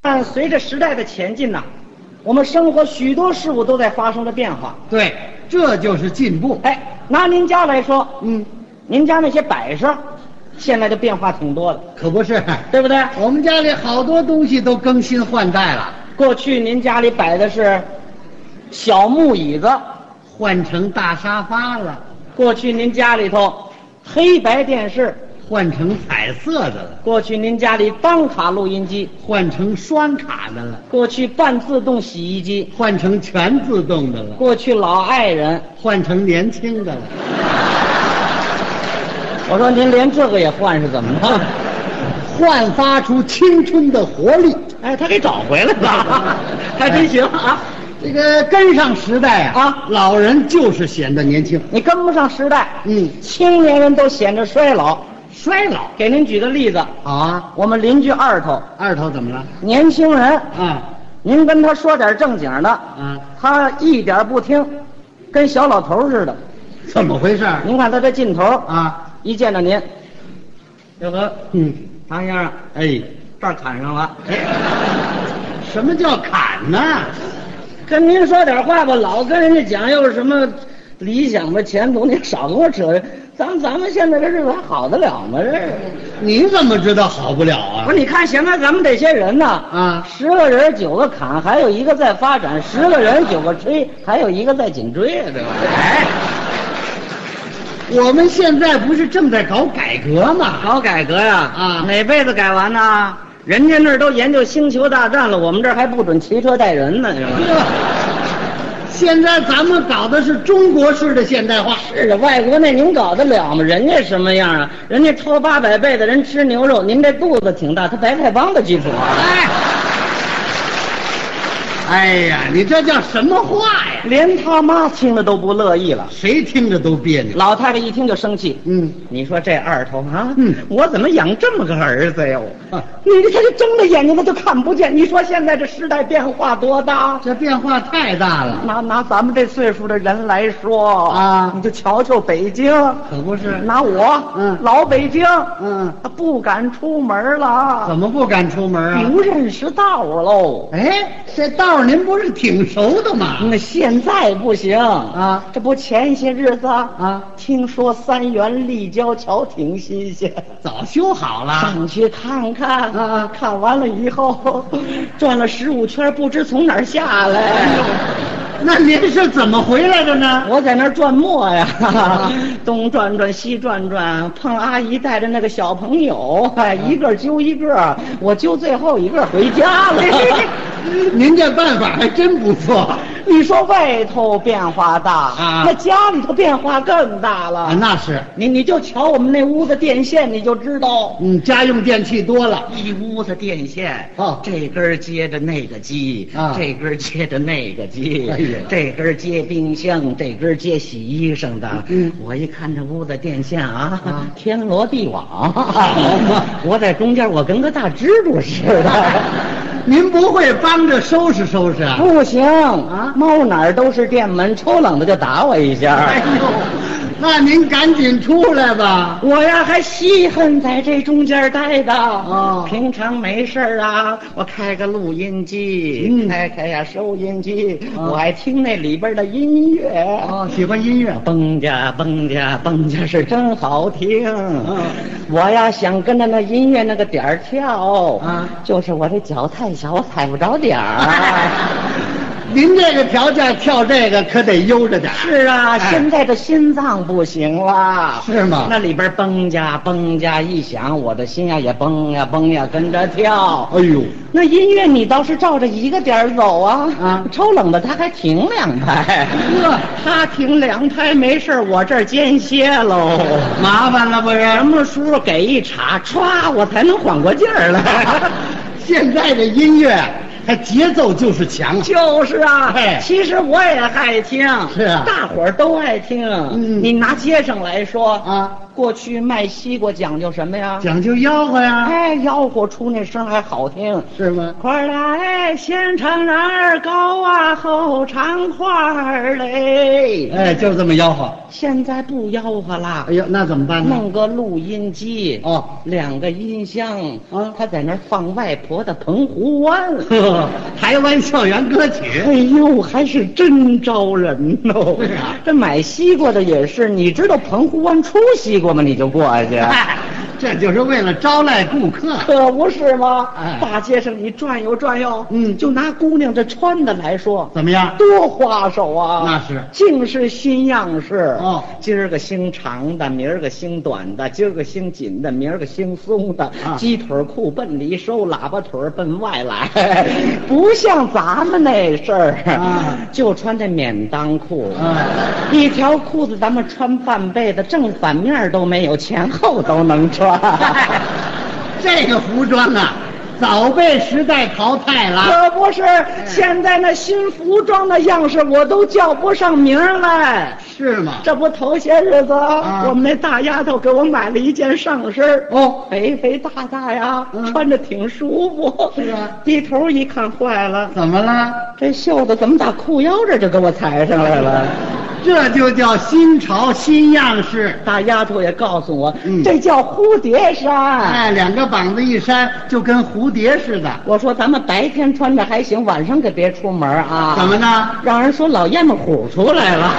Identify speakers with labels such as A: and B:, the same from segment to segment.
A: 但随着时代的前进呐、我们生活许多事物都在发生着变化。
B: 对，这就是进步。
A: 哎，拿您家来说，
B: 嗯，
A: 您家那些摆设，现在的变化挺多的，
B: 可不是，
A: 对不对？
B: 我们家里好多东西都更新换代了，
A: 过去您家里摆的是小木椅子，
B: 换成大沙发了，
A: 过去您家里头黑白电视，
B: 换成彩色的了，
A: 过去您家里单卡录音机，
B: 换成双卡的了，
A: 过去半自动洗衣机，
B: 换成全自动的了，
A: 过去老爱人。
B: 换成年轻的了，
A: 我说您连这个也换是怎么着？
B: 焕发出青春的活力。
A: 哎，他给找回来 了，还真行啊！
B: 这个跟上时代啊，
A: 啊
B: 老人就是显得年轻。
A: 你跟不上时代，
B: 嗯，
A: 青年人都显着衰老。
B: 衰老
A: 给您举个例子，
B: 好啊。
A: 我们邻居二头，
B: 二头怎么了？
A: 年轻人，
B: 啊
A: 您跟他说点正经的，
B: 啊，
A: 他一点不听，跟小老头似的。
B: 怎么回事？
A: 您看他这劲头，
B: 啊，
A: 一见着您，哟呵，
B: 嗯，
A: 唐先生，
B: 哎，
A: 这儿砍上了。
B: 什么叫砍呢？
A: 跟您说点话吧，老跟人家讲又是什么理想吧、前途，您少跟我扯。咱们咱们现在这日子还好得了吗？这
B: 你怎么知道好不了啊
A: 不是？你看现在咱们这些人呐，
B: 啊，
A: 十个人九个砍，还有一个在发展；十个人九个吹，还有一个在紧追啊，对吧？
B: 哎，我们现在不是正在搞改革吗？
A: 搞改革呀，
B: 啊
A: 哪辈子改完呢？人家那儿都研究星球大战了，我们这儿还不准骑车带人呢，是吧？
B: 现在咱们搞的是中国式的现代化，
A: 是啊，外国那您搞得了吗？人家什么样啊？人家掏八百倍的人吃牛肉，您这肚子挺大，他白菜帮的基础啊！
B: 哎，哎呀，你这叫什么话呀？
A: 连他妈听了都不乐意了。
B: 谁听着都别扭。
A: 老太太一听就生气，
B: 嗯，
A: 你说这二头啊，
B: 嗯
A: 我怎么养这么个儿子哟？
B: 啊
A: 你这他就睁着眼睛他就看不见。你说现在这时代变化多大？
B: 这变化太大了，
A: 拿拿咱们这岁数的人来说
B: 啊
A: 你就瞧瞧北京，
B: 可不是？
A: 拿我，
B: 嗯
A: 老北京，
B: 嗯，
A: 他不敢出门了。
B: 怎么不敢出门啊？
A: 不认识道喽。
B: 哎，这道儿您不是挺熟的吗？
A: 那现在不行
B: 啊
A: 这不前些日子啊，
B: 啊，
A: 听说三元立交桥挺新鲜，
B: 早修好了。
A: 上去看看
B: 啊啊
A: 看完了以后， 转了十五圈，不知从哪儿下来。
B: 那您是怎么回来的呢？
A: 我在那儿转磨呀， 东转转西转转，碰阿姨带着那个小朋友，哎，
B: 嗯
A: 一个揪一个，我揪最后一个回家了。
B: 您这办法还真不错
A: 你说外头变化大
B: 啊
A: 那家里头变化更大了。
B: 啊！那是，
A: 你你就瞧我们那屋子电线，你就知道
B: 嗯，家用电器多了，
A: 一屋子电线
B: 啊
A: 这根儿接着那个机，
B: 啊
A: 这根儿接着那个机，
B: 哎呀
A: 这根儿接冰箱，这根儿接洗衣裳的。
B: 嗯
A: 我一看这屋子电线啊，
B: 啊
A: 天罗地网，
B: 好嘛
A: 我在中间，我跟个大蜘蛛似的。
B: 您不会帮着收拾收拾啊？
A: 不行啊，猫哪儿都是店门，抽冷子就打我一下。
B: 哎呦，那您赶紧出来吧。
A: 我呀还稀罕在这中间待的
B: 哦
A: 平常没事儿啊，我开个录音机，
B: 嗯
A: 开开呀收音机，
B: 哦
A: 我爱听那里边的音乐。
B: 哦，喜欢音乐，
A: 蹦家蹦家蹦家是真好听，
B: 嗯
A: 我呀想跟着那音乐那个点儿跳，
B: 啊
A: 就是我这脚太小，我踩不着点儿。
B: 您这个条件跳这个可得悠着点儿。
A: 是啊，
B: 哎
A: 现在这心脏不行了，
B: 是吗
A: 那里边蹦呀蹦呀一响，我的心呀也蹦呀蹦呀跟着跳。
B: 哎呦，
A: 那音乐你倒是照着一个点儿走啊，
B: 啊
A: 抽冷的他还停两拍，
B: 呵
A: 他停两拍没事儿我这儿间歇喽。
B: 麻烦了不
A: 什
B: 是？
A: 么时候给一查，歘，我才能缓过劲儿来。
B: 现在的音乐，它节奏就是强 啊。
A: 就是啊
B: 哎，
A: 其实我也爱听，
B: 是啊
A: 大伙儿都爱听。
B: 嗯
A: 你拿街上来说
B: 啊，
A: 过去卖西瓜讲究什么呀？
B: 讲究吆喝呀，
A: 哎，吆喝出那声还好听。
B: 是吗？
A: 快来，先尝瓤儿高啊，后尝块儿嘞。
B: 哎，就是这么吆喝。
A: 现在不吆喝啦
B: 哎，呦，那怎么办呢？
A: 弄个录音机，
B: 哦，
A: 两个音箱，
B: 啊。
A: 他在那儿放外婆的《澎湖湾》
B: 呵，台湾校园歌曲
A: 哎呦，还是真招人 哦
B: 是啊！
A: 这买西瓜的也是，你知道澎湖湾出西瓜吗？你就过去。啊
B: 嗨， 这就是为了招徕顾客。
A: 可不是吗？
B: 哎
A: 大街上你转悠转悠，
B: 嗯
A: 就拿姑娘这穿的来说，
B: 怎么样？
A: 多花手啊！
B: 那是
A: 尽是新样式。
B: 哦
A: 今儿个兴长的，明儿个兴短的，今儿个兴紧的，明儿个兴松的。
B: 啊
A: 鸡腿儿裤奔里收，喇叭腿儿奔外来， 不像咱们那事儿。
B: 啊
A: 就穿这免裆裤。
B: 啊，
A: 一条裤子，咱们穿半辈子，正反面都没有，前后都能 穿。
B: 这个服装啊，早被时代淘汰了。
A: 可不是，现在那新服装的样式我都叫不上名儿来。
B: 是吗？
A: 这不头些日子，
B: 啊
A: 我们那大丫头给我买了一件上身儿
B: 哦
A: 肥肥大大呀，
B: 嗯
A: 穿着挺舒服。
B: 是啊
A: 低头一看，坏了，
B: 怎么了？
A: 这袖子怎么打裤腰这儿就给我裁上来了？
B: 这就叫新潮新样式。
A: 大丫头也告诉我，
B: 嗯
A: 这叫蝴蝶衫。
B: 哎，两个膀子一扇，就跟蝴蝶似的。
A: 我说咱们白天穿着还行，晚上可别出门啊！
B: 怎么呢？
A: 让人说老燕子虎出来了。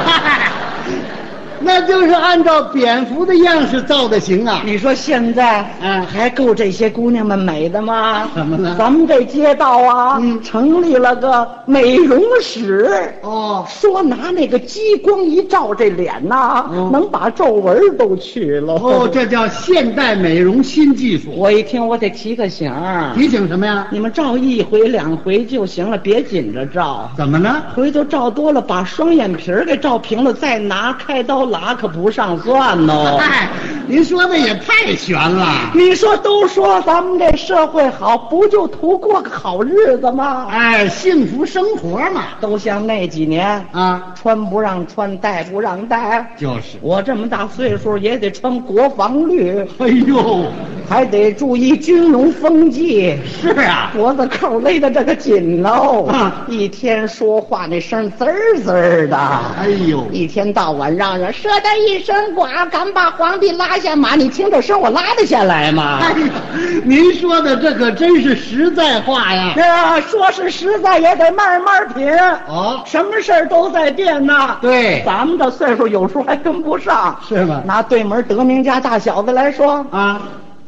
B: 那就是按照蝙蝠的样式造的型啊。
A: 你说现在，
B: 嗯
A: 还够这些姑娘们美的吗？
B: 怎么呢
A: 咱们这街道啊，
B: 嗯
A: 成立了个美容室，
B: 哦，
A: 说拿那个激光一照，这脸呐、
B: 嗯
A: 能把皱纹都去了。
B: 哦，这叫现代美容新技术。
A: 我一听，我得提个醒儿，
B: 提醒什么呀？
A: 你们照一回两回就行了，别紧着照。
B: 怎么呢？
A: 回头照多了，把双眼皮儿给照平了，再拿开刀拉可不上算哦。
B: 哎，您说的也太悬了。
A: 你说都说咱们这社会好，不就图过个好日子吗？
B: 哎，幸福生活嘛。
A: 都像那几年，
B: 啊，
A: 穿不让穿，戴不让戴。
B: 就是。
A: 我这么大岁数也得穿国防绿，
B: 哎呦，
A: 还得注意军容风纪，
B: 是啊，
A: 脖子扣勒的这个紧喽。
B: 啊
A: 一天说话那声滋儿滋儿的，
B: 哎呦，
A: 一天到晚嚷嚷，射得一身剐，敢把皇帝拉下马？你听这声，我拉得下来吗？
B: 哎呦，您说的这可真是实在话呀。
A: 那说是实在也得慢慢品，
B: 哦，
A: 什么事儿都在变呐。
B: 对，
A: 咱们这岁数有时候还跟不上。
B: 是吗？
A: 拿对门德明家大小子来说，
B: 啊，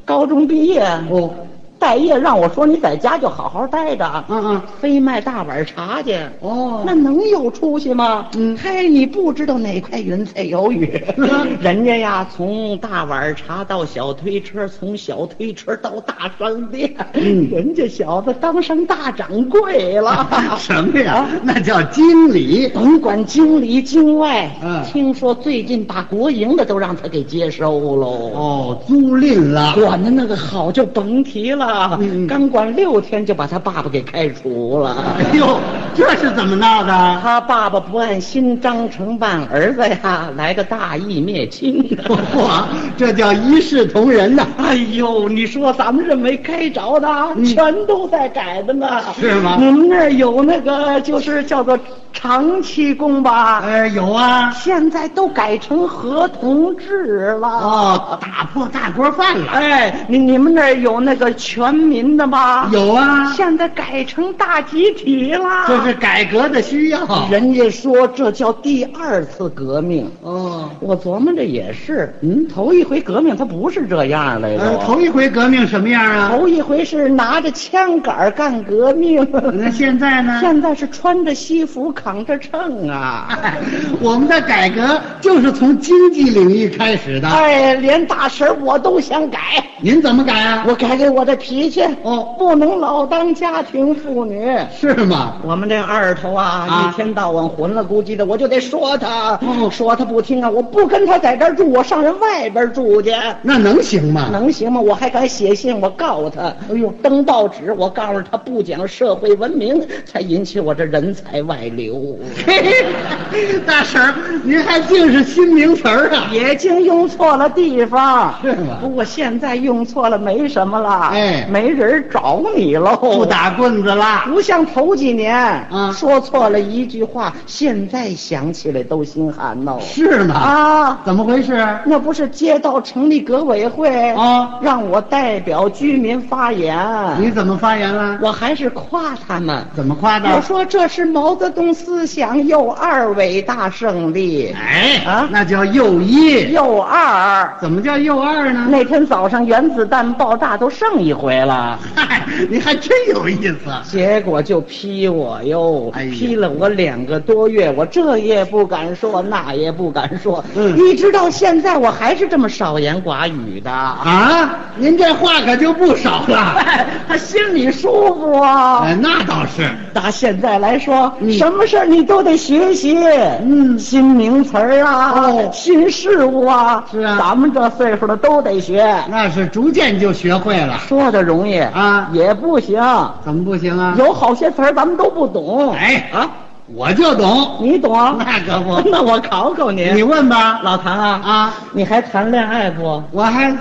A: 高中毕业，
B: 哦，
A: 待业让我说你在家就好好待着，
B: 嗯嗯，
A: 非卖大碗茶去。
B: 哦
A: 那能有出息吗？
B: 嗯
A: 嗨，你不知道哪块云彩有雨
B: 嗯，
A: 人家呀，从大碗茶到小推车，从小推车到大商店，
B: 嗯。
A: 人家小子当上大掌柜了
B: 什么呀？那叫经理。
A: 甭管京里京外，
B: 嗯
A: 听说最近把国营的都让他给接收喽。
B: 哦，租赁了。
A: 管的那个好就甭提了，
B: 嗯嗯
A: 刚管六天就把他爸爸给开除了。
B: 哎呦，这是怎么闹的？
A: 他爸爸不按新章程办，儿子呀来个大义灭亲 的。
B: 哇，这叫一视同仁呐！
A: 哎呦，你说咱们这没该着的，
B: 嗯
A: 全都在改的呢。
B: 是啊吗
A: 你们那儿有那个就是叫做长期工吧？
B: 哎，有啊，
A: 现在都改成合同制了。
B: 哦，打破大锅饭了。
A: 哎，你你们那儿有那个全民的吗？。
B: 有啊，
A: 现在改成大集体了。
B: 这是改革的需要。
A: 人家说这叫第二次革命。
B: 哦，
A: 我琢磨着也是，嗯，头一回革命它不是这样来的
B: 呃，。头一回革命什么样啊？
A: 头一回是拿着枪杆儿干革命，
B: 那现在呢？
A: 现在是穿着西服扛着秤啊。
B: 哎我们的改革就是从经济领域开始的。
A: 哎哎，连大婶儿我都想改，
B: 您怎么改啊？
A: 嗯我改给我的脾气
B: 哦
A: 不能老当家庭妇女。
B: 是吗？
A: 我们这二头啊，
B: 啊
A: 一天到晚混了咕叽的，我就得说他，
B: 哦
A: 说他不听啊！我不跟他在这儿住，我上人外边住去，
B: 那能行吗？
A: 能行吗？我还敢写信，我告他！哎呦，登报纸，我告诉他不讲社会文明，才引起我这人才外 流，
B: 嘿嘿， 大婶儿，您还净是新名词儿啊？
A: 也竟用错了地方。
B: 是吗
A: 不过现在用错了没什么了，
B: 哎
A: 没人找你喽。
B: 不打棍子啦？
A: 不像头几年，
B: 嗯
A: 说错了一句话，现在想起来都心寒哦呐。
B: 是吗？，
A: 啊，
B: 怎么回事？
A: 那不是街道成立革委会
B: 啊
A: 让我代表居民发言，
B: 你怎么发言了？
A: 我还是夸他们。
B: 怎么夸
A: 我
B: 的？
A: 说这是毛泽东思想右二伟大胜利，
B: 哎
A: 啊
B: 那叫右一。
A: 右二。
B: 怎么叫右二呢？
A: 那天早上原子弹爆炸都剩一回了，
B: 嗨，你还真有意思。
A: 结果就批我哟，
B: 哎呀
A: 批了我两个多月，我这也不敢说，那也不敢说，
B: 嗯
A: 一直到现在我还是这么少言寡语的。
B: 啊，您这话可就不少了。
A: 哎， 他心里舒服啊。
B: 哎，那倒是。
A: 打现在来说，
B: 嗯
A: 什么事儿你都得学习，
B: 嗯
A: 新名词儿啊，
B: 哦
A: 新事物啊，
B: 是啊
A: 咱们这岁数的都得学。
B: 那是逐渐就学会了，
A: 说的容易
B: 啊
A: 也不行，
B: 怎么不行啊？
A: 有好些词儿咱们都不懂。
B: 哎
A: 啊，
B: 我就懂，
A: 你懂？
B: 那可不
A: 那我考考你，
B: 你问吧。
A: 老唐啊，
B: 啊，
A: 你还谈恋爱不？
B: 我还，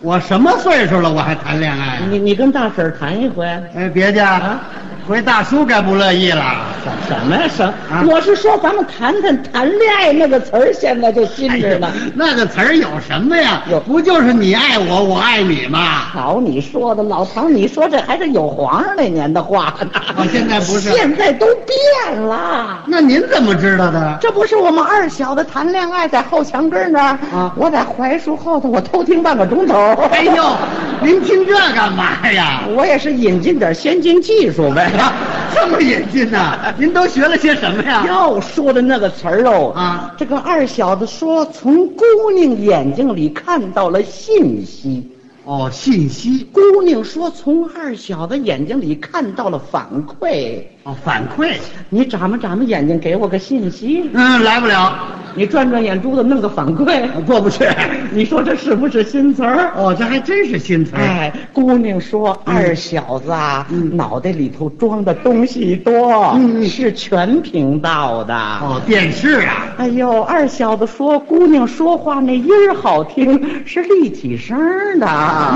B: 我什么岁数了，我还谈恋爱啊？
A: 你你跟大婶儿谈一回。
B: 哎，别介，
A: 啊
B: 回大叔该不乐 意了。
A: 什什么呀？什、
B: 啊
A: 我是说，咱们谈谈谈恋爱那个词儿，现在就新
B: 哎
A: 着呢。
B: 呀，那个词儿有什么呀
A: 有？
B: 不就是你爱我，我爱你吗？
A: 好，你说的老唐，你说这还是有皇上那年的话呢。
B: 我哦现在不是
A: 现在都变了。
B: 那您怎么知道的？
A: 这不是我们二小子谈恋爱在后墙根儿那儿
B: 啊
A: 我在槐树后头，我偷听半个钟头。
B: 哎呦，您听这干嘛呀？
A: 我也是引进点先进技术 呗。
B: 这么引进呐、您都学了些什么呀？
A: 要说的那个词儿哦，
B: 啊
A: 这个二小子说从姑娘眼睛里看到了信息，
B: 哦，信息
A: 姑娘说从二小子眼睛里看到了反馈。
B: 哦，反馈。
A: 你眨巴眨巴眼睛，给我个信息；
B: 嗯，来不了，
A: 你转转眼珠子，弄个反馈。
B: 过不去。
A: 你说这是不是新词儿？
B: 哦，这还真是新词儿。
A: 哎，姑娘说、二小子啊，
B: 嗯
A: 脑袋里头装的东西多，
B: 嗯嗯
A: 是全频道的。
B: 哦，电视啊，
A: 哎呦，二小子说姑娘说话那音儿好听，是立体声儿的。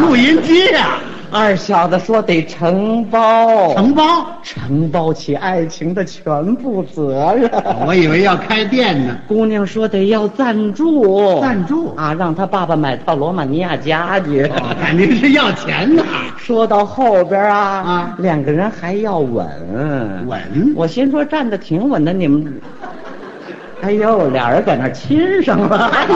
B: 录音机啊，
A: 二小子说得承包，
B: 承包。
A: 承包起爱情的全部责任。
B: 我以为要开店呢。
A: 姑娘说得要赞助，
B: 赞助
A: 啊，让她爸爸买套罗马尼亚家去。
B: 哦，那您是要钱呐？
A: 说到后边啊，
B: 啊
A: 两个人还要吻。
B: 稳。
A: 我心说站得挺稳的，你们，哎呦，俩人在那儿亲上了。
B: 哎 呦，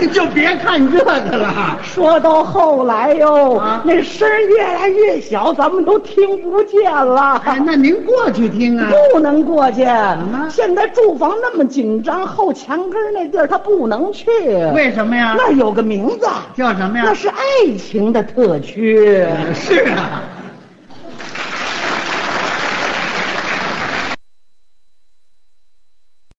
B: 您就别看这个了。
A: 说到后来哟，
B: 啊
A: 那声儿越来越小，咱们都听不见了。
B: 哎，那您过去听啊。
A: 不能过去
B: 么，
A: 现在住房那么紧张，后墙根儿那地儿他不能去。
B: 为什么呀？
A: 那有个名字，
B: 叫什么呀
A: 那？是爱情的特区。
B: 是啊，